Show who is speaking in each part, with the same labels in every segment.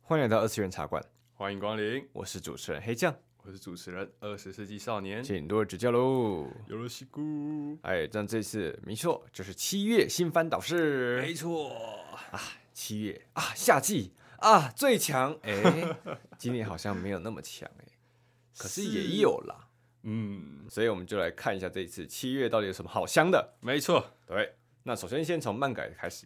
Speaker 1: 欢迎来到二次元茶馆，
Speaker 2: 欢迎光临，
Speaker 1: 我是主持人黑酱，
Speaker 2: 我是主持人二十世纪少年
Speaker 1: 请多指教喽。
Speaker 2: 有罗西姑。
Speaker 1: 哎，但这次没错，就是七月新番导师，
Speaker 2: 没错，
Speaker 1: 七月啊，夏季啊，最强 哎，今年好像没有那么强哎，可是也有啦，
Speaker 2: 嗯，
Speaker 1: 所以我们就来看一下这一次七月到底有什么好香的。
Speaker 2: 没错，
Speaker 1: 对，那首先先从漫改开始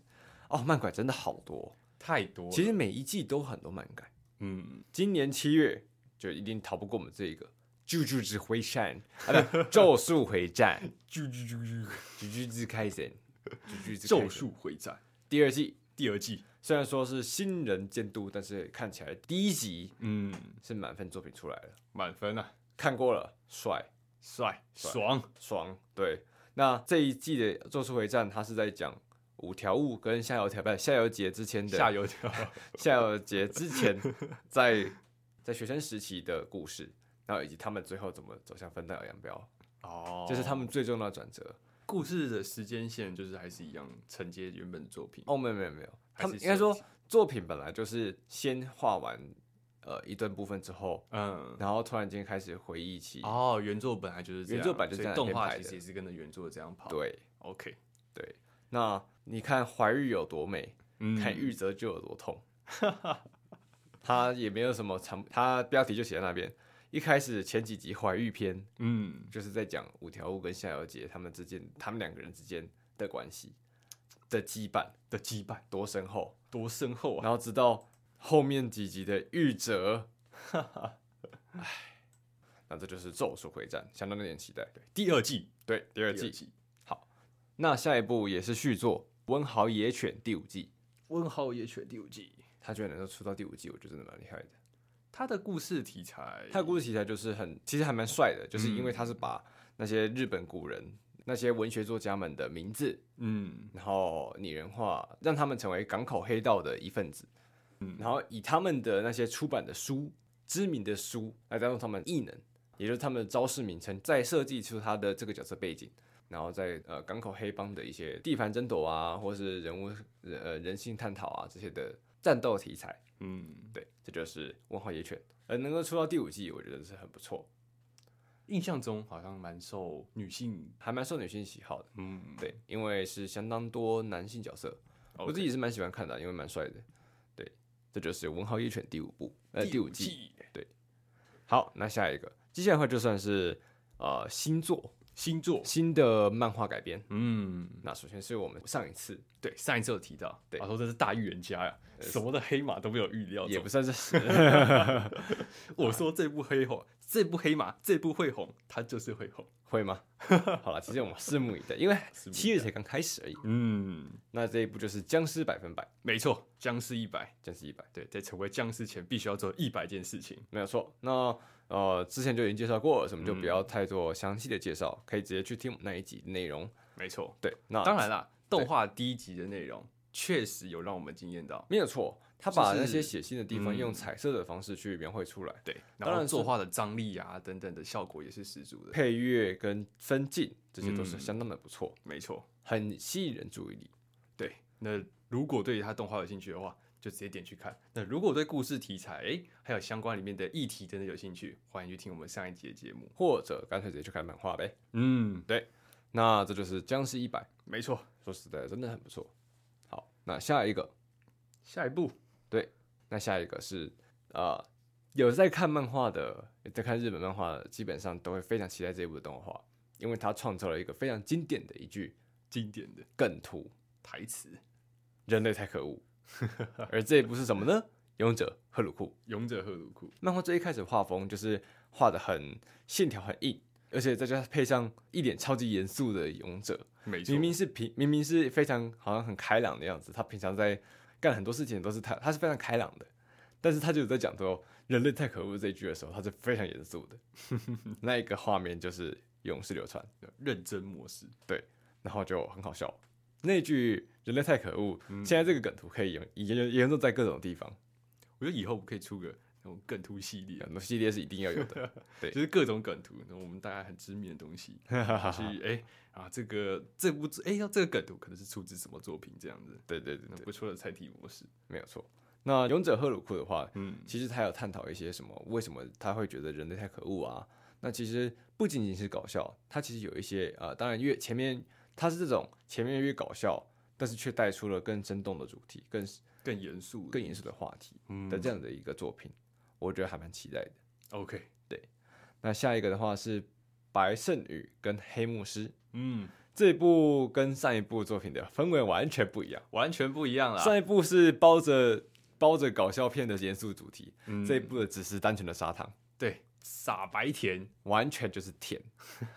Speaker 1: 哦，漫改真的好多，
Speaker 2: 太多了。
Speaker 1: 其实每一季都很多漫改。
Speaker 2: 嗯，
Speaker 1: 今年七月就一定逃不过我们这一个《咒术之回 战》啊，不，《咒术回战
Speaker 2: 啾啾啾
Speaker 1: 《
Speaker 2: 啾，》
Speaker 1: 咒术之开神》《之
Speaker 2: 咒术回战
Speaker 1: 第二季。
Speaker 2: 第二季，
Speaker 1: 虽然说是新人监督，但是看起来第一集
Speaker 2: 嗯，
Speaker 1: 是满分作品出来了。
Speaker 2: 满分啊，
Speaker 1: 看过了，帅
Speaker 2: 帅
Speaker 1: 帅
Speaker 2: 爽，
Speaker 1: 爽。对，那这一季的《咒术回战》，它是在讲五条悟跟夏油条，不，夏油杰之前的
Speaker 2: 下油 条，
Speaker 1: 夏油杰之 前在在学生时期的故事，然后以及他们最后怎么走向分道扬镳，
Speaker 2: 哦
Speaker 1: 这是他们最重要的转折。
Speaker 2: 故事的时间线，就是还是一样承接原本的作品。
Speaker 1: 哦，没有没有没有，
Speaker 2: 还
Speaker 1: 他
Speaker 2: 是
Speaker 1: 们应该说
Speaker 2: 设计
Speaker 1: 作品本来就是先画完呃一段部分之后，
Speaker 2: 嗯，
Speaker 1: 然后突然间开始回忆起。
Speaker 2: 哦，原作本来就是这样
Speaker 1: 原作本就是这样
Speaker 2: 所以动
Speaker 1: 编
Speaker 2: 画
Speaker 1: 排
Speaker 2: 其
Speaker 1: 的
Speaker 2: 实也是跟着原作这样跑。
Speaker 1: 对，
Speaker 2: ，OK，
Speaker 1: 那你看怀玉有多美，
Speaker 2: 嗯
Speaker 1: 看玉泽就有多 痛。他也没有什么长，他标题就写在那边。一开始前几集怀玉篇
Speaker 2: 嗯，
Speaker 1: 就是在讲五条悟跟夏油杰他们之间，他们两个人之间的关系的羁绊
Speaker 2: 的羁绊
Speaker 1: 多深厚，
Speaker 2: 多深厚啊！
Speaker 1: 然后直到后面几集的玉 哲，哎，那这就是《咒术回战》，相当有点期待。
Speaker 2: 第二季，
Speaker 1: 对，第
Speaker 2: 第
Speaker 1: 二季。那下一部也是续作《温豪野犬》第五季，
Speaker 2: 温浩野犬》第五季，
Speaker 1: 他居然能够出到第五季，我觉得真的蛮厉害的。
Speaker 2: 它的故事题材，
Speaker 1: 他的故事题材就是很，其实还蛮帅的，就是因为
Speaker 2: 嗯
Speaker 1: 他是把那些日本古人、那些文学作家们的名字，
Speaker 2: 嗯，
Speaker 1: 然后拟人化，让他们成为港口黑道的一份子，
Speaker 2: 嗯
Speaker 1: 然后以他们的那些出版的书、知名的书来当做他们的异能，也就是他们的招式名称，再设计出他的这个角色背景，然后在呃港口黑帮的一些地盘争斗啊，或是人物呃人性探讨啊这些的战斗题材，
Speaker 2: 嗯，
Speaker 1: 对，这就是《问号野犬》，呃，能够出到第五季，我觉得是很不错，
Speaker 2: 印象中好像蛮受女性，
Speaker 1: 还蛮受女性喜好的，
Speaker 2: 嗯，
Speaker 1: 对，因为是相当多男性角色，
Speaker 2: OK，
Speaker 1: 我自己是蛮喜欢看的啊，因为蛮帅的。对，这就是《文豪野犬》第五部，呃，第五季。
Speaker 2: 季
Speaker 1: 好，那下一个，接下来的话就算是呃新作
Speaker 2: 星座，
Speaker 1: 新的漫画改编。
Speaker 2: 嗯，
Speaker 1: 那首先是我们上一次
Speaker 2: 对，呃上一次有提到，
Speaker 1: 对
Speaker 2: 我说这是大预言家呀，什么的黑马都没有预料
Speaker 1: 也
Speaker 2: 中
Speaker 1: 不，算是
Speaker 2: 我说这部黑红，这部黑马，这部会红，它就是会红，
Speaker 1: 会吗？ 好了，其实我们拭目以待，因为
Speaker 2: 目以
Speaker 1: 七月才刚开始而已。
Speaker 2: 嗯，
Speaker 1: 那这一部就是僵尸百分百，
Speaker 2: 没错，僵尸一百，
Speaker 1: 僵尸一百，
Speaker 2: 对，在成为僵尸前必须要做一百件事情，
Speaker 1: 没有错。那呃之前就已经介绍过了，所以我们就不要太做详细的介绍，可以直接去听我们那一集的内容。
Speaker 2: 没错，
Speaker 1: 对，那
Speaker 2: 当然啦，动画第一集的内容确实有让我们惊艳到。
Speaker 1: 没有错，他
Speaker 2: 就
Speaker 1: 把那
Speaker 2: 是
Speaker 1: 些血腥的地方
Speaker 2: 嗯
Speaker 1: 用彩色的方式去描绘出来，
Speaker 2: 对，
Speaker 1: 当
Speaker 2: 然后
Speaker 1: 然是
Speaker 2: 作画的张力啊等等的效果也是十足的，
Speaker 1: 配乐跟分镜这些都是
Speaker 2: 嗯
Speaker 1: 相当的不错，
Speaker 2: 没错。
Speaker 1: 很吸引人注意力。
Speaker 2: 对，那如果对于他动画有兴趣的话，就直接点去看。那如果对故事题材、诶还有相关里面的议题真的有兴趣，欢迎去听我们上一集的节目。
Speaker 1: 或者干脆直接去看漫画呗。
Speaker 2: 嗯，
Speaker 1: 那这就是《僵尸一百》，
Speaker 2: 没错。
Speaker 1: 说实在真的很不错。好，那下一个，
Speaker 2: 下一步
Speaker 1: 那下一个是呃，有在看漫画的，有在看日本漫画的，基本上都会非常期待这一部的动画，因为它创造了一个非常经典的一句
Speaker 2: 经典的
Speaker 1: 梗图：
Speaker 2: 台词，
Speaker 1: 人类太可恶。 而这一部是什么呢？勇者赫鲁库。
Speaker 2: 勇者赫鲁库，
Speaker 1: 漫画最一开始画风就是画的很线条很硬，而且再加上配上一脸超级严肃的勇者，
Speaker 2: 没错
Speaker 1: 明，明是平明明是非常好像很开朗的样子，他平常在干很多事情都是他他是非常开朗的，但是他就有在讲说人类太可恶这一句的时候，他是非常严 肃的，那一个画面就是勇士流传，
Speaker 2: 认真模式，
Speaker 1: 然后就很好笑，那一句人类太可恶，
Speaker 2: 嗯
Speaker 1: 现在这个梗图可以用沿沿沿用在各种地方，
Speaker 2: 我觉得以后可以出个那种梗图系列，啊
Speaker 1: 很多系列是一定要有 的， 对
Speaker 2: 就是各种梗图，那我们大家很知名的东西，就是哎、啊，这个这部哎，要、这个梗图可能是出自什么作品这样子，
Speaker 1: 对对对
Speaker 2: 那
Speaker 1: 对，
Speaker 2: 不错的猜题模式，
Speaker 1: 没有错。那勇者赫鲁库的话，
Speaker 2: 嗯，
Speaker 1: 其实他有探讨一些什么，为什么他会觉得人类太可恶啊？那其实不仅仅是搞笑，他其实有一些呃，当然越前面他是这种前面越搞笑，但是却带出了更生动的主题、更
Speaker 2: 更严肃的，
Speaker 1: 更严肃的话题
Speaker 2: 嗯
Speaker 1: 的这样的一个作品，我觉得还蛮期待的。
Speaker 2: OK，
Speaker 1: 那下一个的话是《白圣宇》跟《黑牧师》
Speaker 2: 嗯，
Speaker 1: 这一部跟上一部作品的氛围完全不一样，
Speaker 2: 完全不一样啦。
Speaker 1: 上一部是包着包着搞笑片的严肃主题，
Speaker 2: 嗯
Speaker 1: 这一部的只是单纯的砂糖。
Speaker 2: 对傻白甜，
Speaker 1: 完全就是甜。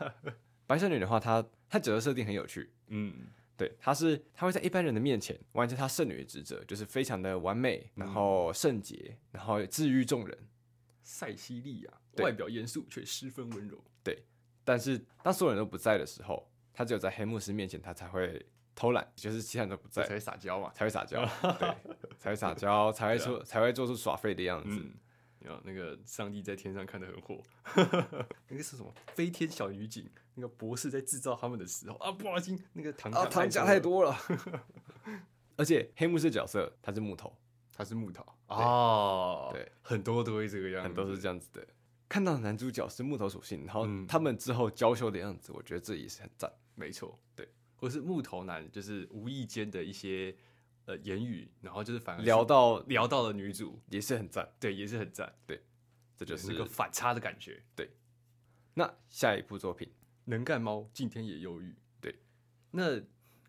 Speaker 1: 白圣女的话，她她角色设定很有趣，
Speaker 2: 嗯，
Speaker 1: 对，她是她会在一般人的面前完成她圣女的职责，就是非常的完美，然后圣洁，然后治愈众人。
Speaker 2: 塞西利亚
Speaker 1: 对
Speaker 2: 外表严肃却十分温柔，
Speaker 1: 但是当所有人都不在的时候，她只有在黑牧师面前，她才会偷懒，就是其他人都不
Speaker 2: 这
Speaker 1: 在
Speaker 2: 才撒娇嘛。
Speaker 1: 才会撒娇， 对，才会撒 娇，才会做才会做出耍废的样子。
Speaker 2: 嗯，然后那个上帝在天上看得很火， 那个是什么飞天小女警？那个博士在制造他们的时候啊，不小心那个糖
Speaker 1: 啊，糖
Speaker 2: 糖
Speaker 1: 加太，多了。 而且黑牧师角色他是木头，
Speaker 2: 它是木桃哦，
Speaker 1: 对，
Speaker 2: 很多都会这个样子，
Speaker 1: 很多是这样子的。看到男主角是木头属性，然后
Speaker 2: 嗯
Speaker 1: 他们之后娇羞的样子，我觉得这也是很赞。
Speaker 2: 没错，
Speaker 1: 对，
Speaker 2: 或是木头男，就是无意间的一些呃言语，然后就是反而是
Speaker 1: 聊到
Speaker 2: 聊到了女主，
Speaker 1: 也是很赞，
Speaker 2: 对，也是很赞，
Speaker 1: 这就是
Speaker 2: 是个反差的感觉。
Speaker 1: 那下一部作品，
Speaker 2: 能干猫今天也忧郁，
Speaker 1: 对，
Speaker 2: 那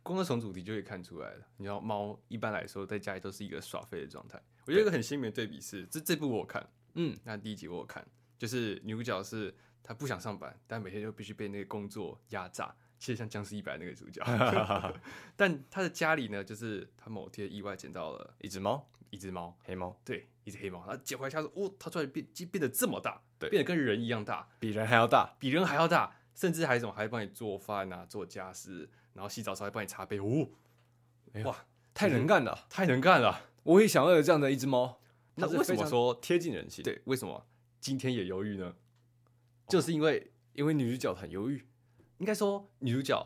Speaker 2: 光是从主题就可以看出来了。你知道猫一般来说在家里都是一个耍废的状态。我觉得一个很鲜明的对比是，这这部我有看，
Speaker 1: 嗯，
Speaker 2: 那第一集我有看，就是女主角是她不想上班，但每天就必须被那个工作压榨，其实像僵尸一百那个主 角。但她的家里呢，就是她某天意外捡到了
Speaker 1: 一只猫，
Speaker 2: 一只猫，
Speaker 1: 黑猫
Speaker 2: 对，一只黑猫。她捡回家说，哦，它突然变变得这么大，
Speaker 1: 对
Speaker 2: 变得跟人一样大，
Speaker 1: 比人还要大，
Speaker 2: 比人还要大，甚至还什么还帮你做饭啊、做家事，然后洗澡时候还帮你擦杯，哦，
Speaker 1: 哎呦
Speaker 2: 哇，
Speaker 1: 太能干了。
Speaker 2: 太能干了！
Speaker 1: 我也想要有这样的一只猫。
Speaker 2: 那
Speaker 1: 它是
Speaker 2: 为什
Speaker 1: 非
Speaker 2: 么
Speaker 1: 常
Speaker 2: 说
Speaker 1: 贴近人性？，
Speaker 2: 对？为什么今天也犹豫呢？就是因为
Speaker 1: 因为女主角很忧郁，
Speaker 2: 应该说女主角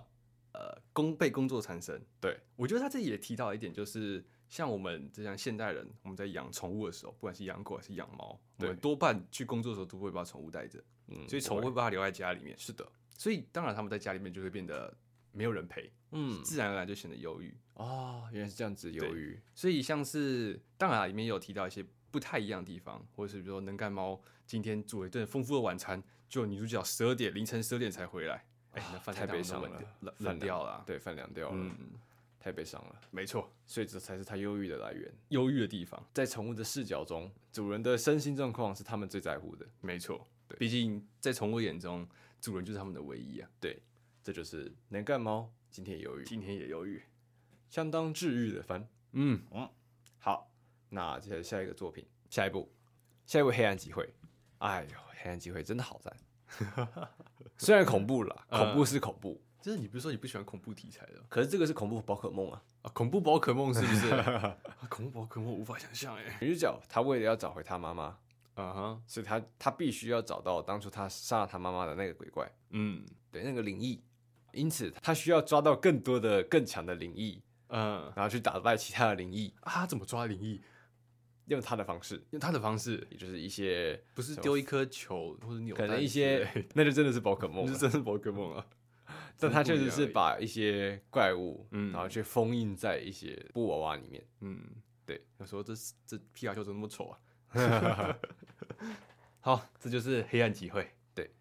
Speaker 2: 呃工被工作缠身，
Speaker 1: 对
Speaker 2: 我觉得她这里也提到一点，就是像我们这样现代人，我们在养宠物的时候，不管是养狗还是养猫，我
Speaker 1: 对
Speaker 2: 们多半去工作的时候都不会把宠物带着，
Speaker 1: 嗯，
Speaker 2: 所以宠物会把它留在家里面，
Speaker 1: 是的，
Speaker 2: 所以当然他们在家里面就会变得没有人陪，
Speaker 1: 嗯，
Speaker 2: 自然而然就显得忧郁。
Speaker 1: 哦，原来是这样子，忧郁，
Speaker 2: 所以像是当然啊里面也有提到一些不太一样的地方，或者是比如说能干猫今天煮了一顿丰富的晚餐，就女主角十二点凌晨十二点才回来，哎、那饭菜
Speaker 1: 太悲
Speaker 2: 当然
Speaker 1: 伤
Speaker 2: 都
Speaker 1: 了
Speaker 2: 冷掉冷
Speaker 1: 饭
Speaker 2: 冷
Speaker 1: 量
Speaker 2: 掉了啊。
Speaker 1: 对，饭凉掉了，
Speaker 2: 嗯，
Speaker 1: 太悲伤了，
Speaker 2: 没错，
Speaker 1: 所以这才是它忧郁的来源。
Speaker 2: 忧郁的地方，
Speaker 1: 在宠物的视角中，主人的身心状况是他们最在乎的。
Speaker 2: 没错，毕竟在宠物眼中，主人就是他们的唯一啊。
Speaker 1: 这就是能干猫今天也有雨，
Speaker 2: 今天也忧郁，
Speaker 1: 相当治愈的番。
Speaker 2: 嗯，
Speaker 1: 好，那接下来下一个作品，下一部，下一部《黑暗集会》。哎呦，《黑暗集会》真的好赞， 虽然恐怖啦，恐怖是恐怖，
Speaker 2: 就是你不是说你不喜欢恐怖题材的哦
Speaker 1: 可是这个是恐怖宝可梦啊。
Speaker 2: 啊？恐怖宝可梦是不 是？啊恐怖宝可梦我无法想象哎、
Speaker 1: 女主角她为了要找回她妈妈，
Speaker 2: 啊哈，
Speaker 1: 所以她她必须要找到当初她杀了她妈妈的那个鬼怪，
Speaker 2: 嗯
Speaker 1: 对，那个灵异。因此，她需要抓到更多的、更强的灵异，
Speaker 2: 嗯
Speaker 1: 然后去打败其他的灵异，
Speaker 2: 啊，怎么抓灵异？
Speaker 1: 用她的方式，
Speaker 2: 用他的方式，
Speaker 1: 也就是一些
Speaker 2: 不是丢一颗球或者扭
Speaker 1: 可
Speaker 2: 蛋之类的，
Speaker 1: 能一些， 那就真的是 宝可梦
Speaker 2: 就是
Speaker 1: 了。
Speaker 2: 真是宝可梦啊。
Speaker 1: 但它确实
Speaker 2: 真
Speaker 1: 是
Speaker 2: 不一样
Speaker 1: 把一些怪物，
Speaker 2: 嗯
Speaker 1: 然后去封印在一些布娃娃里面。
Speaker 2: 嗯，
Speaker 1: 对，
Speaker 2: 有时候这这皮卡丘怎么那么丑啊？ 好，这就是黑暗集会。
Speaker 1: 对，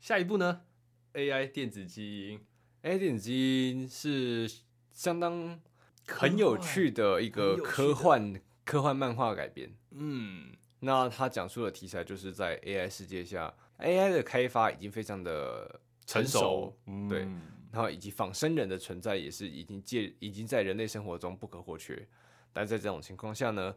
Speaker 2: 下一步呢？AI 电子基因
Speaker 1: A 点基是相当很有趣的一个
Speaker 2: 很有趣的
Speaker 1: 科幻科幻漫画改编。
Speaker 2: 嗯，
Speaker 1: 那它讲述的题材就是在 AI 世界下，AI 的开发已经非常的成熟，
Speaker 2: 嗯
Speaker 1: 对然后以及仿生人的存在也是已经介已经在人类生活中不可或缺。但在这种情况下呢，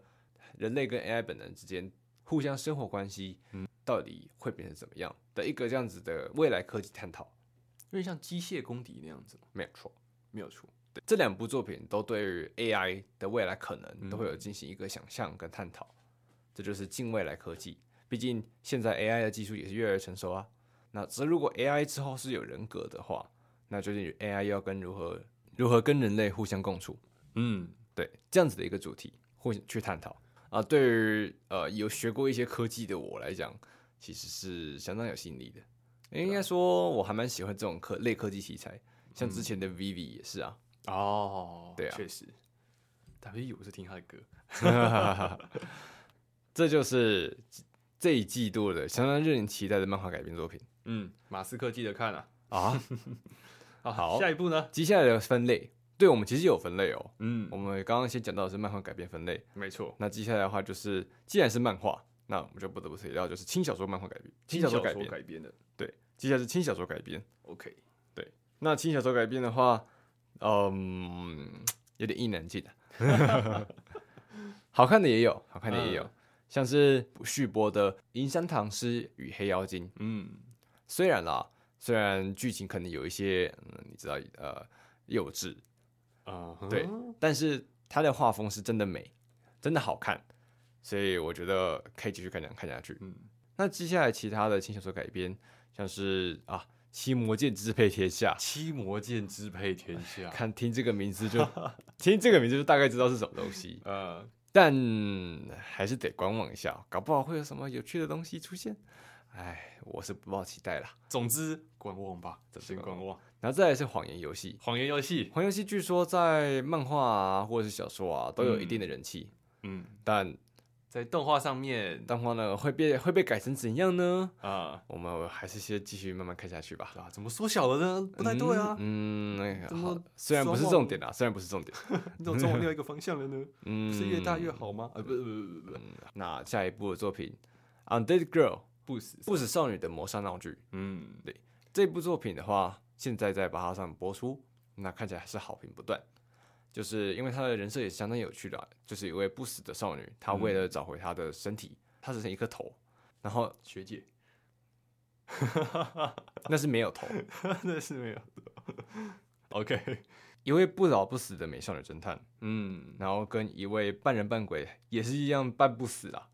Speaker 1: 人类跟 AI 本能之间互相生活关系，到底会变成怎么样的一个这样子的未来科技探讨，
Speaker 2: 有点像机械公敌那样子嘛，
Speaker 1: 没有错。
Speaker 2: 没有错。
Speaker 1: 对这两部作品都对于 AI 的未来可能都会有进行一个想象跟探讨，这就是近未来科技。毕竟现在 AI 的技术也是越来越成熟啊。那这如果 AI 之后是有人格的话，那究竟 AI 要跟如何如何跟人类互相共处？
Speaker 2: 嗯，
Speaker 1: 对这样子的一个主题，会去探讨啊。对于呃有学过一些科技的我来讲，其实是相当有吸引力的。应该说，我还蛮喜欢这种科类科技题材，像之前的 Vivi 也是啊。
Speaker 2: 哦，
Speaker 1: 对啊
Speaker 2: 确实。W 我是听他的歌，
Speaker 1: 这就是这一季度的相当令人期待的漫画改编作品。
Speaker 2: 嗯，马斯克记得看啊。
Speaker 1: 啊，
Speaker 2: 啊
Speaker 1: 好
Speaker 2: 下一步呢？
Speaker 1: 接下来的分类，对我们其实有分类哦。
Speaker 2: 嗯
Speaker 1: 我，们刚刚先讲到的是漫画改编分类，
Speaker 2: 没错，
Speaker 1: 那接下来的话就是，既然是漫画，那我们就不得不提到就是轻小说漫画改编，轻小说改
Speaker 2: 轻
Speaker 1: 编，
Speaker 2: 改编的。
Speaker 1: 对，接下来是轻小说改编。
Speaker 2: OK，
Speaker 1: 那轻小说改编的话，嗯，有点意难尽啊。 好看的也有，好看的也有，
Speaker 2: 嗯
Speaker 1: 像是续播的《银山唐诗与黑妖精》，
Speaker 2: 嗯，
Speaker 1: 虽然啦，虽然剧情可能有一些，嗯、你知道，呃，幼稚，
Speaker 2: 啊，
Speaker 1: 对，但是它的画风是真的美，真的好看，所以我觉得可以继续看讲看下去。
Speaker 2: 嗯，
Speaker 1: 那接下来其他的轻小说改编，像是啊《七魔剑支配天下》，
Speaker 2: 七魔剑支配天下。
Speaker 1: 看听这个名字 就听这个名字就大概知道是什么东西，
Speaker 2: 呃，
Speaker 1: 但还是得观望一下，哦搞不好会有什么有趣的东西出现。哎，我是不抱期待啦。
Speaker 2: 总之观望吧，
Speaker 1: 总之
Speaker 2: 先观
Speaker 1: 观
Speaker 2: 望。
Speaker 1: 然后再来是谎言游戏，
Speaker 2: 谎言游戏，
Speaker 1: 谎言游戏据说在漫画啊或者是小说啊都有一
Speaker 2: 嗯
Speaker 1: 定的人气，
Speaker 2: 嗯，
Speaker 1: 但
Speaker 2: 在动画上面
Speaker 1: 但话呢会被会被改成怎样呢？
Speaker 2: 啊
Speaker 1: 我们还是先继续慢慢看下去吧。
Speaker 2: 啊，怎么缩小了呢？不太对啊，
Speaker 1: 嗯，那
Speaker 2: 怎
Speaker 1: 个
Speaker 2: 么
Speaker 1: 好，虽然不是
Speaker 2: 双
Speaker 1: 重
Speaker 2: 望
Speaker 1: 点啦，虽然不是重点，
Speaker 2: 你怎么从我另外一个方向了呢？
Speaker 1: 嗯，
Speaker 2: 不是越大越。好吗？呃，不不不不不，
Speaker 1: 那下一部的作品《Undead Girl》
Speaker 2: 不死，
Speaker 1: 不死少女的谋杀闹剧
Speaker 2: 嗯，
Speaker 1: 这部作品的话，现在在巴哈上播出，那看起来是好评不断。就是因为她的人设也相当有趣的啊、就是一位不死的少女，她为了
Speaker 2: 嗯
Speaker 1: 找回她的身体，她只剩一颗头，然后
Speaker 2: 学姐，
Speaker 1: 那是没有头，
Speaker 2: 那是没有。OK，
Speaker 1: 一位不老不死的美少女侦探，
Speaker 2: 嗯，
Speaker 1: 然后跟一位半人半鬼，也是一样半不死啦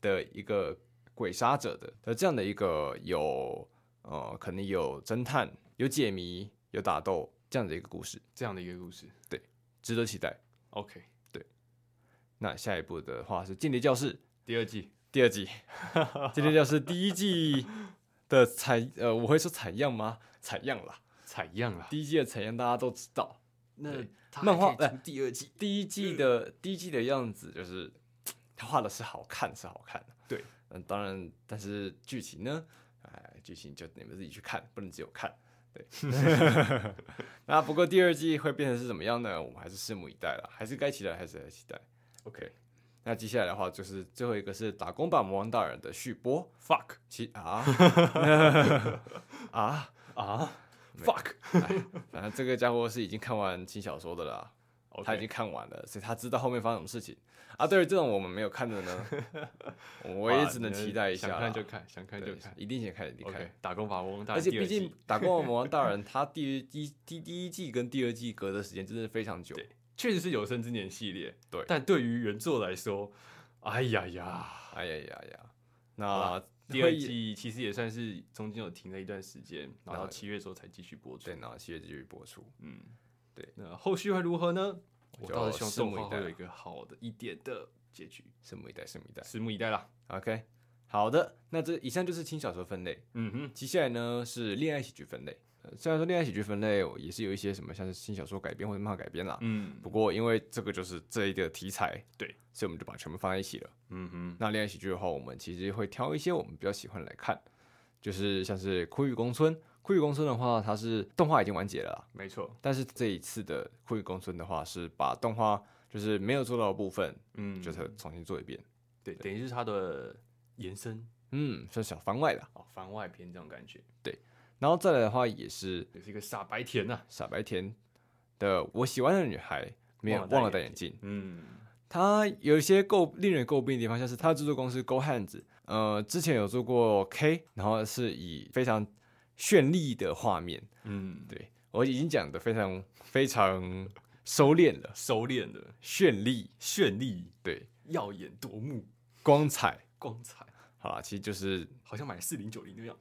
Speaker 1: 的一个鬼杀者的的这样的一个有呃，可能有侦探、有解谜、有打斗这样的一个故事，
Speaker 2: 这样的一个故事。
Speaker 1: 值得期待。
Speaker 2: OK，
Speaker 1: 那下一步的话是《间谍教室》
Speaker 2: 第二季，
Speaker 1: 第二季，《间谍教室》第一季的采呃，我会说采样吗？采样啦，
Speaker 2: 采样啦。
Speaker 1: 第一季的采样大家都知道，
Speaker 2: 那
Speaker 1: 对
Speaker 2: 它
Speaker 1: 漫画
Speaker 2: 还可以出第二季，
Speaker 1: 第一季的、
Speaker 2: 嗯
Speaker 1: 第一季的样子，就是他画的是好看，是好看的。
Speaker 2: 对，
Speaker 1: 嗯，当然，但是剧情呢，哎，剧情就你们自己去看，不能只有看。对， 那不过第二季会变成是怎么样呢？我们还是拭目以待了，还是该期待，还是该期待。
Speaker 2: OK
Speaker 1: 那接下来的话，就是最后一个是《打工吧魔王大人》的续播。
Speaker 2: fuck
Speaker 1: 其啊 啊，
Speaker 2: 啊 fuck，
Speaker 1: 反正这个家伙是已经看完轻小说的啦。他已经看完了，所以他知道后面发生什么事情啊。对于这种我们没有看的 呢，我也只能期待一下啦
Speaker 2: 想看就看，想看就
Speaker 1: 对
Speaker 2: 看。
Speaker 1: 一定先看，一定看
Speaker 2: OK，。打工法翁，
Speaker 1: 而且毕竟 《打光魔王大人》他第一第第第一季跟第二季隔的时间真的非常久，
Speaker 2: 对确实是有生之年系列，
Speaker 1: 对
Speaker 2: 但对于原作来说，哎呀呀，
Speaker 1: 哎呀呀呀！
Speaker 2: 好
Speaker 1: 那
Speaker 2: 第二
Speaker 1: 会
Speaker 2: 季其实也算是中间有停了一段时间，然后
Speaker 1: 那
Speaker 2: 七月之后才继续播出
Speaker 1: 对，。然后七月继续播出，
Speaker 2: 嗯，
Speaker 1: 对。
Speaker 2: 那后续会如何呢？我
Speaker 1: 就
Speaker 2: 倒是希望
Speaker 1: 拭目
Speaker 2: 动画
Speaker 1: 以待
Speaker 2: 会有
Speaker 1: 啦
Speaker 2: 一个好的一点的结局，
Speaker 1: 拭目以待，拭目以待。
Speaker 2: 拭目以待啦。
Speaker 1: OK，好的，那这以上就是轻小说分类。
Speaker 2: 嗯哼，
Speaker 1: 接下来呢是恋爱喜剧分类。呃虽然说恋爱喜剧分类也是有一些什么像是轻小说改编或者漫画改编啦，
Speaker 2: 嗯
Speaker 1: 不过因为这个就是这一个题材，
Speaker 2: 对，
Speaker 1: 所以我们就把全部放在一起了。
Speaker 2: 嗯哼，
Speaker 1: 那恋爱喜剧的话，我们其实会挑一些我们比较喜欢来看，就是像是《枯与宫村》。《枯与宫村》的话，它是动画已经完结了啦，
Speaker 2: 没错，
Speaker 1: 但是这一次的《枯与宫村》的话，是把动画就是没有做到的部分，
Speaker 2: 嗯，
Speaker 1: 就是重新做一遍。
Speaker 2: 对，等于是它的延伸
Speaker 1: 嗯，算小番外啦。
Speaker 2: 哦，番外篇这种感觉，
Speaker 1: 然后再来的话，也是
Speaker 2: 也是一个傻白甜呐、
Speaker 1: 傻白甜的《我喜欢的女孩》，没有
Speaker 2: 忘了戴
Speaker 1: 忘了戴
Speaker 2: 眼
Speaker 1: 眼镜。
Speaker 2: 嗯，
Speaker 1: 他有一些诟令人诟病的地方，像是他的制作公司 Go Hands，呃，之前有做过 K，然后是以非常绚丽的画面，
Speaker 2: 嗯，
Speaker 1: 对我已经讲的非常非常收敛了，
Speaker 2: 收敛的、
Speaker 1: 绚丽，
Speaker 2: 绚丽、
Speaker 1: 对，
Speaker 2: 耀眼夺目、
Speaker 1: 光彩，
Speaker 2: 光彩，
Speaker 1: 好啦，其实就是，
Speaker 2: 好像买四零九零那样。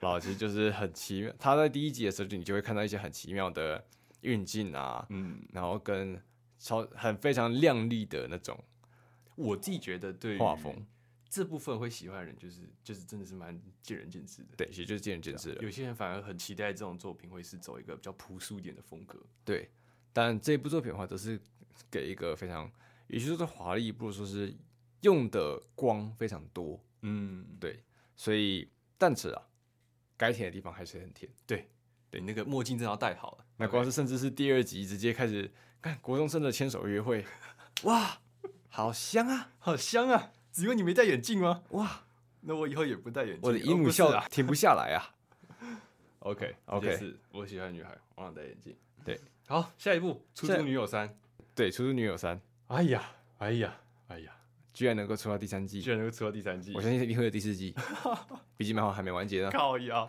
Speaker 1: 好啦，其实就是很奇妙。他在第一集的时候，你就会看到一些很奇妙的运镜啊，
Speaker 2: 嗯，
Speaker 1: 然后跟超很非常亮丽的那种
Speaker 2: 我自己觉得对于
Speaker 1: 画风。
Speaker 2: 这部分会喜欢的人，就是就是真的是蛮见仁见智的。
Speaker 1: 对，其实就是见仁见智了。
Speaker 2: 有些人反而很期待这种作品会是走一个比较朴素一点的风格。
Speaker 1: 对，但这部作品的话，则是给一个非常，与其说是华丽，不如说是用的光非常多。
Speaker 2: 嗯，对
Speaker 1: 对，所以但是啊，该甜的地方还是很甜。
Speaker 2: 对对，你那个墨镜真的要戴好了。
Speaker 1: 那光是甚至是第二集直接开始看国中生的牵手约会， 哇，好香啊！
Speaker 2: 好香啊！只因为你没戴眼镜吗？
Speaker 1: 哇，
Speaker 2: 那我以后也不戴眼镜。
Speaker 1: 我的
Speaker 2: 哦
Speaker 1: 姨母
Speaker 2: 不是
Speaker 1: 笑
Speaker 2: 啊。
Speaker 1: 停不下来啊。
Speaker 2: OK
Speaker 1: OK
Speaker 2: 是我喜欢的女孩，我想戴眼镜。
Speaker 1: 对，
Speaker 2: 好，下一步《出
Speaker 1: 下
Speaker 2: 租女友三》。
Speaker 1: 对，《出租女友三》
Speaker 2: 哎呀，哎呀，哎呀，
Speaker 1: 居然能够出到第三季
Speaker 2: 居，然能够出到第三季
Speaker 1: 我，相信一定会有第四 季，毕竟漫画还没完结呢。
Speaker 2: 靠呀！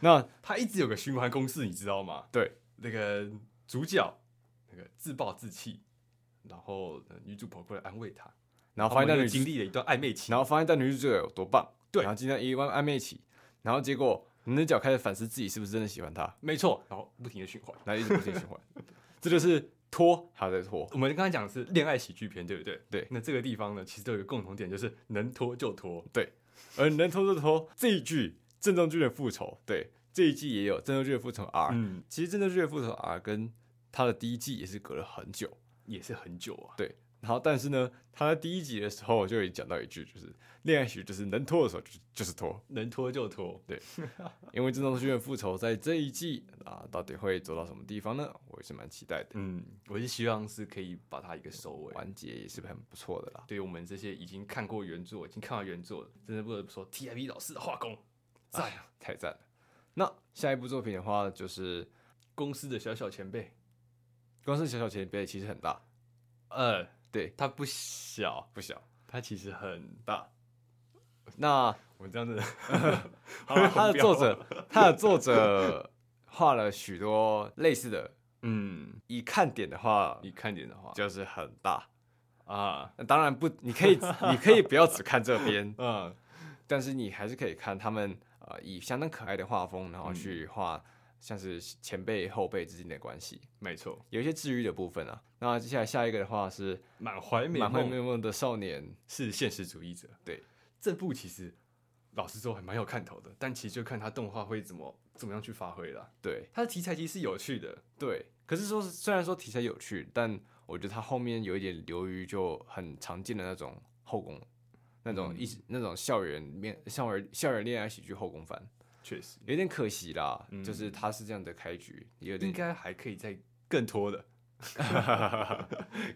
Speaker 1: 那
Speaker 2: 他一直有个循环公式，你知道吗？
Speaker 1: 对，
Speaker 2: 那个主角那个自暴自弃，然后呃女主跑过来安慰他，
Speaker 1: 然后发现到
Speaker 2: 他们
Speaker 1: 女
Speaker 2: 又经历了一段暧昧期，
Speaker 1: 然后发现到女主角有多棒，
Speaker 2: 对
Speaker 1: 然后今天一万暧昧起，然后结果女主角开始反思自己是不是真的喜欢他，
Speaker 2: 没错，然后不停的循环。
Speaker 1: 然后一直不停循环，这就是拖，还在拖，
Speaker 2: 我们刚才讲的是恋爱喜剧片，对不对？
Speaker 1: 对
Speaker 2: 那这个地方呢，其实都有一个共同点，就是能拖就拖。
Speaker 1: 而能拖就拖。这一句郑中基的复仇，对 这一季也有郑中基的复仇 R，、
Speaker 2: 嗯，
Speaker 1: 其实郑中基的复仇 R 跟他的第一季也是隔了很久，
Speaker 2: 也是很久啊。
Speaker 1: 然后但是呢，他在第一集的时候就已经讲到一句，就是恋爱喜剧就是能拖的时候就是就是拖，
Speaker 2: 能拖就拖，
Speaker 1: 因为郑中基的复仇在这一季啊，到底会走到什么地方呢？我也是蛮期待的，嗯
Speaker 2: 嗯，我是希望是可以把它一个收尾。
Speaker 1: 完结也是很不错的啦。
Speaker 2: 对于我们这些已经看过原作、已经看完原作，真的不得不说 TIP 老师的画工赞啊！
Speaker 1: 太赞了。那下一部作品的话，就是《
Speaker 2: 公司的小小前辈，
Speaker 1: 光是小小前辈》，其实很大，
Speaker 2: 呃，
Speaker 1: 对，
Speaker 2: 它不小，
Speaker 1: 不小。
Speaker 2: 它其实很大。
Speaker 1: 那
Speaker 2: 我们 这样子，好啦
Speaker 1: 他的
Speaker 2: 红标
Speaker 1: 作者，他的作者画了许多类似的，
Speaker 2: 嗯，
Speaker 1: 以看点的话
Speaker 2: 你看点的话
Speaker 1: 就是很大。
Speaker 2: 啊，
Speaker 1: 那当然不，你可以你可以不要只看这边，
Speaker 2: 嗯，
Speaker 1: 但是你还是可以看他们呃以相当可爱的画风，然后去画像是前辈后辈之间的关系，
Speaker 2: 没错，
Speaker 1: 有一些治愈的部分啊。那接下来下一个的话是
Speaker 2: 满怀美
Speaker 1: 满怀美
Speaker 2: 梦
Speaker 1: 梦的少年，
Speaker 2: 是现实主义者。
Speaker 1: 对，
Speaker 2: 这部其实老实说还蛮有看头的，但其实就看它动画会怎么怎么样去发挥了。
Speaker 1: 对，
Speaker 2: 它的题材其实是有趣的，
Speaker 1: 对，可是说是虽然说题材有趣，但我觉得它后面有一点流于就很常见的那种后宫，那种一、那种校园恋校园校园恋爱喜剧后宫番，
Speaker 2: 确实
Speaker 1: 有点可惜啦。
Speaker 2: 嗯
Speaker 1: 就是它是这样的开局，也有
Speaker 2: 应
Speaker 1: 点
Speaker 2: 该还可以再更拖的，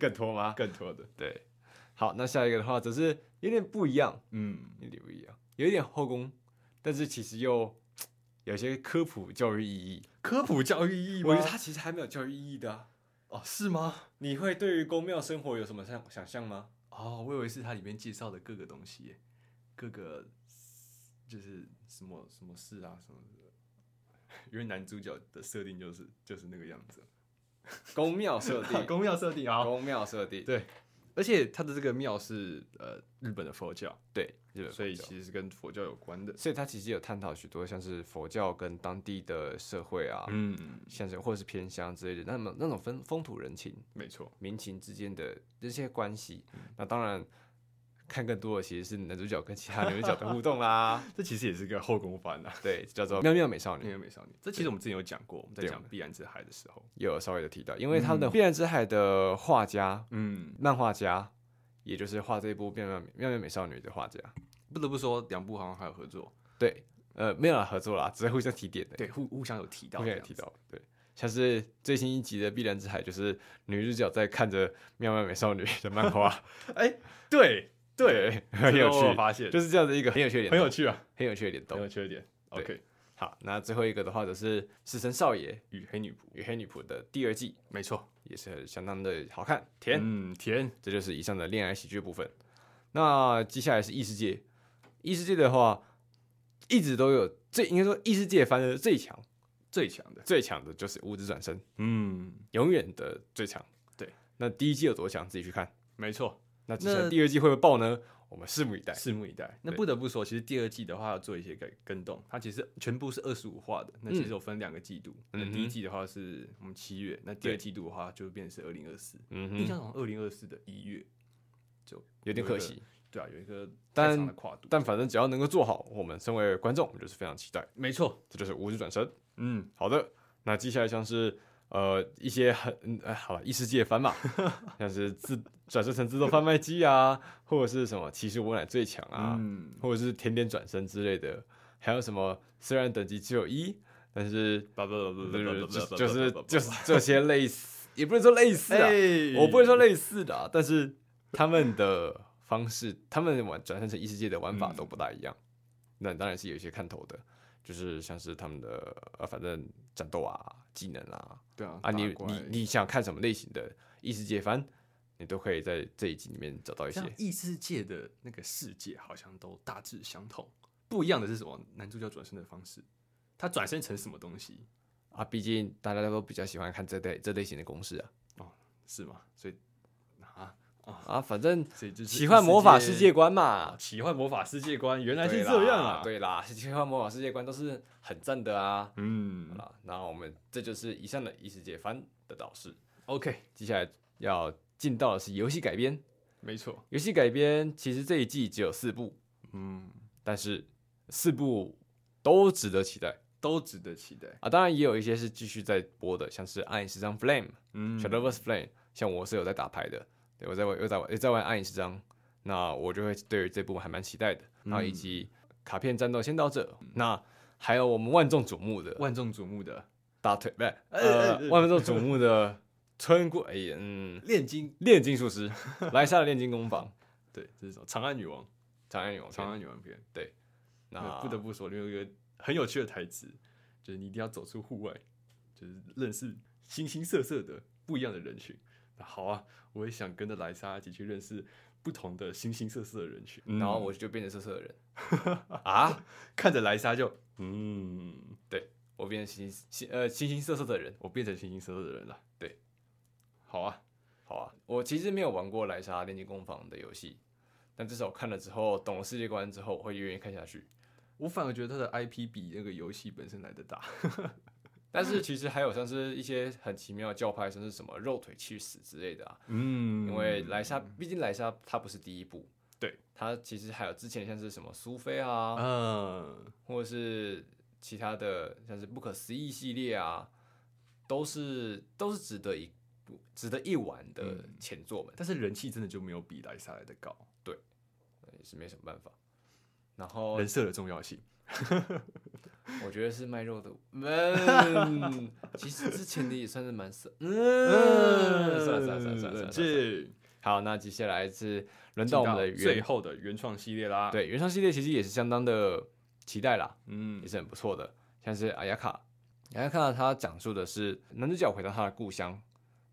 Speaker 1: 更拖吗？
Speaker 2: 更拖的，
Speaker 1: 对，好，那下一个的话则是有点不一样，
Speaker 2: 嗯，
Speaker 1: 有点不一样，有一点后宫，但是其实又有些科普教育意义。
Speaker 2: 科普教育意义吗？
Speaker 1: 我觉得它其实还没有教育意义的、啊。
Speaker 2: 哦，是吗？
Speaker 1: 你会对于宫庙生活有什么想想象吗？
Speaker 2: 哦，我以为是它里面介绍的各个东西耶，各个就是什么什么事啊什么的。 因为男主角的设定就是就是那个样子，
Speaker 1: 宫庙设 定，
Speaker 2: 宫庙设定啊，
Speaker 1: 宫庙设定，
Speaker 2: 对，而且它的这个庙是呃日本的佛教，
Speaker 1: 对，日本
Speaker 2: 所以
Speaker 1: 佛教
Speaker 2: 其实是跟佛教有关的。
Speaker 1: 所以他其实有探讨许多像是佛教跟当地的社会啊，
Speaker 2: 嗯，
Speaker 1: 像是或是偏乡之类的，那么那种风风土人情、
Speaker 2: 没错，
Speaker 1: 民情之间的这些关系。那当然，看更多的其实是男主角跟其他女主角的互动 啦。
Speaker 2: 这其实也是个后宫番啊，
Speaker 1: 对，叫做《妙妙美少
Speaker 2: 《
Speaker 1: 女》
Speaker 2: 那个美少女》。这其实我们之前有讲过，我们在
Speaker 1: 对
Speaker 2: 讲
Speaker 1: 我
Speaker 2: 《碧蓝之海》的时候，
Speaker 1: 也有稍微的提到，因为他的《碧蓝之海》的画家、
Speaker 2: 嗯，
Speaker 1: 漫画家，也就是画这部《妙妙美妙妙美少女》的画家，
Speaker 2: 不得不说两部好像还有合作，
Speaker 1: 对，呃，没有啦，合作啦，只是互相提点的。
Speaker 2: 对，互互相有提到
Speaker 1: 我刚
Speaker 2: 这
Speaker 1: 才
Speaker 2: 样
Speaker 1: 也
Speaker 2: 子，
Speaker 1: 提到，对，像是最新一集的《碧蓝之海》，就是女主角在看着《妙妙美少女》的漫画，
Speaker 2: 对 对，
Speaker 1: 对， 很有
Speaker 2: 这个我
Speaker 1: 趣，
Speaker 2: 发现
Speaker 1: 就是这样的一个很有趣的
Speaker 2: 很
Speaker 1: 联
Speaker 2: 有
Speaker 1: 动，
Speaker 2: 趣啊，
Speaker 1: 很有趣的联
Speaker 2: 很有
Speaker 1: 动。
Speaker 2: 趣一点。
Speaker 1: 对
Speaker 2: OK，
Speaker 1: 好，那最后一个的话就是《死神少爷
Speaker 2: 与黑女仆，
Speaker 1: 与黑女仆》的第二季，
Speaker 2: 没错，
Speaker 1: 也是很相当的好看甜。
Speaker 2: 嗯，甜，
Speaker 1: 这就是以上的恋爱喜剧部分。那接下来是异世界，异世界的话，一直都有最应该说异世界翻的最强，
Speaker 2: 最强的，
Speaker 1: 最强的就是《五指转身》，
Speaker 2: 嗯，
Speaker 1: 永远的最强。
Speaker 2: 对，
Speaker 1: 那第一季有多强，自己去看。
Speaker 2: 没错，
Speaker 1: 那接下来第二季会不会爆呢？我们拭目以待。
Speaker 2: 拭目以待。那
Speaker 1: 对
Speaker 2: 不得不说，其实第二季的话要做一些改跟动，它其实全部是二十五话的，那其实有分两个季度。那第
Speaker 1: 嗯
Speaker 2: 一
Speaker 1: 哼
Speaker 2: 季的话是我们七月，那第
Speaker 1: 对
Speaker 2: 二季度的话就变成是二零二四，印
Speaker 1: 嗯
Speaker 2: 象
Speaker 1: 哼，
Speaker 2: 中二零二四的一月，
Speaker 1: 有点可惜，
Speaker 2: 对啊，有一个
Speaker 1: 但
Speaker 2: 太长的跨度。
Speaker 1: 但反正只要能够做好，我们身为观众，我们就是非常期待。
Speaker 2: 没错，
Speaker 1: 这就是无知转身。
Speaker 2: 嗯，
Speaker 1: 好的，那接下来像是呃一些很嗯哎、好了异世界番 嘛，像是自转身成自动贩卖机啊，或者是什么其实我乃最强啊，
Speaker 2: 嗯，
Speaker 1: 或者是甜点转身之类的，还有什么虽然等级只有一，但是
Speaker 2: 不不不不不
Speaker 1: 就
Speaker 2: 不，
Speaker 1: 就是就是这些类似，也不能说类似啊，我不会说类似的、啊，但是他们的方式，他们玩转换成异世界的玩法
Speaker 2: 嗯
Speaker 1: 都不大一样。那当然是有一些看头的，就是像是他们的呃，反正战斗啊、技能啊，
Speaker 2: 对啊
Speaker 1: 啊，你你你想看什么类型的异世界番，你都可以在这一集里面找到一些
Speaker 2: 像。异世界的那个世界好像都大致相同，不一样的是什么？男主角转身的方式，他转身成什么东西？
Speaker 1: 啊，毕竟大家都比较喜欢看这类这类型的公式啊
Speaker 2: 是吗？所以啊，
Speaker 1: 啊，反正
Speaker 2: 所以就是
Speaker 1: 奇幻魔法世界
Speaker 2: 观
Speaker 1: 观嘛，
Speaker 2: 奇幻魔法世界观原来
Speaker 1: 对
Speaker 2: 是
Speaker 1: 啦
Speaker 2: 这样啊！，
Speaker 1: 对啦， 奇幻魔法世界观都是很赞的啊。
Speaker 2: 嗯
Speaker 1: 好啦，那我们这就是以上的异世界番的导视。
Speaker 2: ，OK，
Speaker 1: 接下来要进到的是游戏改编。
Speaker 2: 没错，
Speaker 1: 游戏改编其实这一季只有四部，
Speaker 2: 嗯，
Speaker 1: 但是四部都值得期待
Speaker 2: 都值得期待。
Speaker 1: 啊！当然也有一些是继续在播的，像是《暗影十章 Flame》
Speaker 2: 嗯
Speaker 1: Shadowverse Flame》，像我是有在打牌的，对我在玩又在玩又在玩《暗影十章》，那我就会对于这部还蛮期待的。然
Speaker 2: 嗯
Speaker 1: 后以及卡片战斗先到这，那还有我们万众瞩目的
Speaker 2: 万众瞩目的
Speaker 1: 大腿不是
Speaker 2: 哎
Speaker 1: 呃
Speaker 2: 哎
Speaker 1: 万众瞩目的村过哎呀嗯
Speaker 2: 炼金，
Speaker 1: 炼金术师莱莎的炼金工坊
Speaker 2: 对，这是什么？长安女王，
Speaker 1: 长安有
Speaker 2: 长安女王篇。
Speaker 1: 那
Speaker 2: 不得不说，你有一个很有趣的台词，就是你一定要走出户外，就是认识形形色色的不一样的人群。那好啊，我也想跟着莱莎一起去认识不同的形形色色的人群。
Speaker 1: 然 后我就变成色色的人啊，
Speaker 2: 看着莱莎就，嗯，
Speaker 1: 我变成形形呃形形色色的人，
Speaker 2: 我变成形形色色的人了。
Speaker 1: 对，
Speaker 2: 好啊，
Speaker 1: 好啊，我其实没有玩过莱莎炼金工坊的游戏，但至少我看了之后懂了世界观之后，我会愿意看下去。
Speaker 2: 我反而觉得他的 IP 比那个游戏本身来的大。
Speaker 1: 但是其实还有像是一些很奇妙的教派，像是什么肉腿去死之类的啊，
Speaker 2: 嗯
Speaker 1: 因为莱莎毕竟莱莎她不是第一部，
Speaker 2: 对，
Speaker 1: 她其实还有之前像是什么苏菲啊，
Speaker 2: 嗯，
Speaker 1: 或者是其他的像是不可思议系列啊，都是都是值得一值得一玩的
Speaker 2: 嗯
Speaker 1: 前作们，
Speaker 2: 但是人气真的就没有比莱莎来的高，
Speaker 1: 也是没什么办法。然后
Speaker 2: 人设的重要性。
Speaker 1: 我觉得是卖肉的， 嗯，其实之前的也算是蛮色，嗯，
Speaker 2: 嗯，
Speaker 1: 算了算了算了算了算了
Speaker 2: 冷
Speaker 1: 算了。
Speaker 2: 静。
Speaker 1: 好，那接下来是轮到我们的
Speaker 2: 进最
Speaker 1: 原
Speaker 2: 后的原创系列啦。，
Speaker 1: 对原创系列，其实也是相当的期待啦。
Speaker 2: 嗯
Speaker 1: 也，是很不错的，像是阿雅卡，阿雅卡它讲述的是男主角回到他的故乡，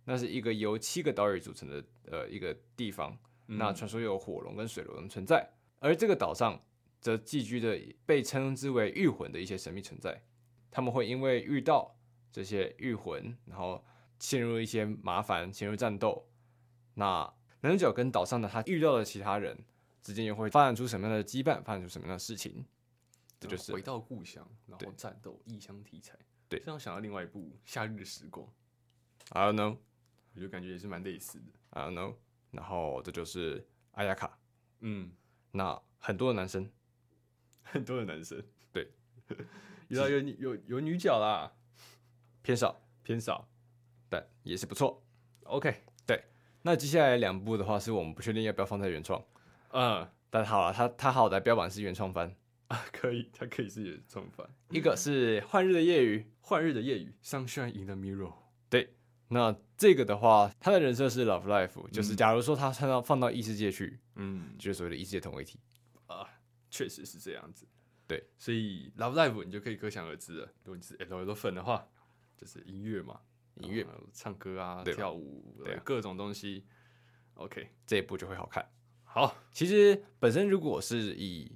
Speaker 1: 那是一个由七个岛屿组成的呃一个地方，
Speaker 2: 嗯
Speaker 1: 那传说有火龙跟水龙存在，而这个岛上则寄居着被称之为御魂的一些神秘存在，他们会因为遇到这些御魂，然后陷入一些麻烦，陷入战斗。那男主角跟岛上的他遇到的其他人之间又会发展出什么样的羁绊，发展出什么样的事情？这就是
Speaker 2: 回到故乡，然后
Speaker 1: 对
Speaker 2: 战斗异乡题材。
Speaker 1: 对
Speaker 2: 这让我想到另外一部《夏日的时光》，
Speaker 1: I don't know。
Speaker 2: 我就感觉也是蛮类似的。
Speaker 1: I don't know。然后这就是阿雅卡。
Speaker 2: 嗯，
Speaker 1: 那很多的男生，
Speaker 2: 很多的男生
Speaker 1: 对，
Speaker 2: 有啊有女有有女角啦，
Speaker 1: 偏少，
Speaker 2: 偏少。
Speaker 1: 但也是不错。
Speaker 2: OK，
Speaker 1: 那接下来两部的话，是我们不确定要不要放在原创，
Speaker 2: 嗯
Speaker 1: 但好了，它它好歹标榜是原创番。
Speaker 2: 啊， 可以，它可以是原创番，《
Speaker 1: 一个是《幻日的夜雨》，
Speaker 2: 幻日的夜雨》（Sunshine in the Mirror）。
Speaker 1: 那这个的话，他的人设是 Love Life，就是假如说他放到放到异世界去，
Speaker 2: 嗯，
Speaker 1: 就是所谓的异世界同位体。
Speaker 2: 啊，确实是这样子。
Speaker 1: 对，
Speaker 2: 所以 Love Live 你就可以可想而知了。如果你是 L L 粉的话，就是音乐嘛，
Speaker 1: 音乐
Speaker 2: 然后唱歌啊，
Speaker 1: 对吧
Speaker 2: 跳舞，
Speaker 1: 对啊
Speaker 2: 各种东西。OK，
Speaker 1: 这一部就会好看。
Speaker 2: 好，
Speaker 1: 其实本身如果是以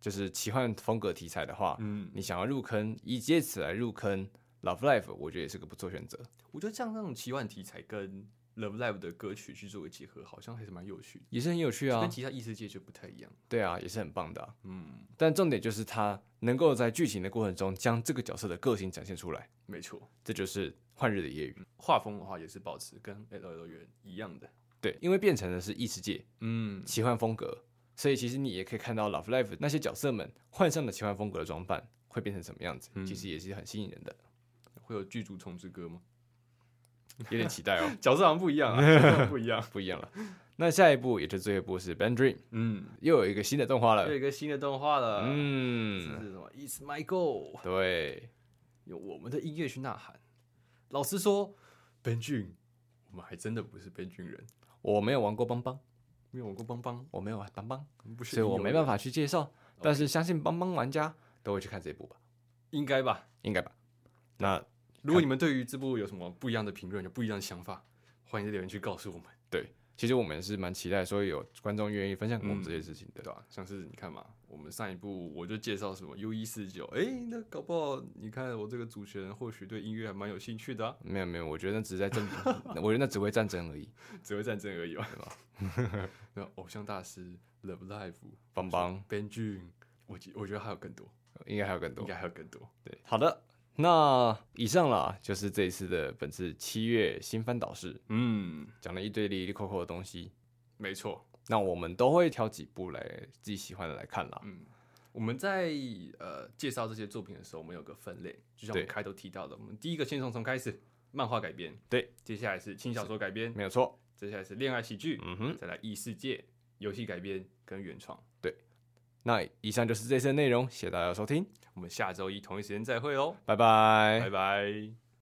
Speaker 1: 就是奇幻风格题材的话，
Speaker 2: 嗯，
Speaker 1: 你想要入坑，以借此来入坑 Love Life，我觉得也是个不错选择。
Speaker 2: 我觉得像那种奇幻题材跟 Love Live 的歌曲去做个结合，好像还是蛮有趣的。
Speaker 1: 也是很有趣
Speaker 2: 这
Speaker 1: 啊
Speaker 2: 跟，其他异世界就不太一样。
Speaker 1: 对啊，也是很棒的啊、
Speaker 2: 嗯，
Speaker 1: 但重点就是他能够在剧情的过程中将这个角色的个性展现出来，
Speaker 2: 没错，
Speaker 1: 这就是幻日的夜雨。
Speaker 2: 画风的话也是保持跟 L L 园一样的。
Speaker 1: 对，因为变成的是异世界
Speaker 2: 嗯，
Speaker 1: 奇幻风格，所以其实你也可以看到 Love Live 那些角色们换上了奇幻风格的装扮会变成什么样子，其实也是很吸引人的，
Speaker 2: 会有剧组虫之歌吗？。
Speaker 1: 有点期待哦
Speaker 2: 角色好像不一样啊， 角色好像不一样。
Speaker 1: 不一样了。那下一部也就是最后一部是《Band Dream》，
Speaker 2: 嗯，
Speaker 1: 又有一个新的动画
Speaker 2: 又有
Speaker 1: 了。
Speaker 2: 一个新的动画了。嗯，这
Speaker 1: 嗯，
Speaker 2: 是什么？It's my goal，
Speaker 1: 对，
Speaker 2: 用我们的音乐去呐喊。老实说，边郡，我们还真的不是边郡人，
Speaker 1: 我没有玩过邦邦，
Speaker 2: 没有玩过邦邦，
Speaker 1: 我没有玩邦邦，
Speaker 2: 我们不是，
Speaker 1: 所以我没办
Speaker 2: 法，
Speaker 1: 法去介绍。但是相信邦邦玩家都会去看这一部吧，
Speaker 2: 应该吧？
Speaker 1: 应该吧？那
Speaker 2: 如果你们对于这部有什么不一样的评论，有不一样的想法，欢迎在留言区告诉我们，
Speaker 1: 其实我们是蛮期待说有观众愿意分享跟我们
Speaker 2: 嗯
Speaker 1: 这些事情的啊
Speaker 2: 对。吧、像是你看嘛，我们上一部我就介绍什么 U 一四九，哎，那搞不好你看我这个主持人或许对音乐还蛮有兴趣的、啊，
Speaker 1: 没有没有，我觉得那只是在 争，我觉得那只会战争而已。
Speaker 2: 只会战争而已嘛，对吧？ 那偶像大师 Love Live
Speaker 1: 邦 邦
Speaker 2: Ben Jun，我记我觉得还有更多，
Speaker 1: 应该还有更多
Speaker 2: 应。该还有更多。
Speaker 1: 对，好的，那以上啦，就是这一次的本次七月新番导视，
Speaker 2: 嗯，
Speaker 1: 讲了一堆离离扣扣的东西。
Speaker 2: 没错，
Speaker 1: 那我们都会挑几部来自己喜欢的来看啦。
Speaker 2: 嗯，我们在呃介绍这些作品的时候，我们有个分类，就像我
Speaker 1: 对
Speaker 2: 们开头提到的，我们第一个先从从开始，漫画改编，
Speaker 1: 对，
Speaker 2: 接下来是轻小说改编，
Speaker 1: 没有错，
Speaker 2: 接下来是恋爱喜剧，
Speaker 1: 嗯哼，
Speaker 2: 再来异世界游戏改编跟原创。
Speaker 1: 那以上就是这次的内容，谢谢大家的收听，
Speaker 2: 我们下周一同一时间再会喽，
Speaker 1: 拜拜
Speaker 2: 哦拜拜。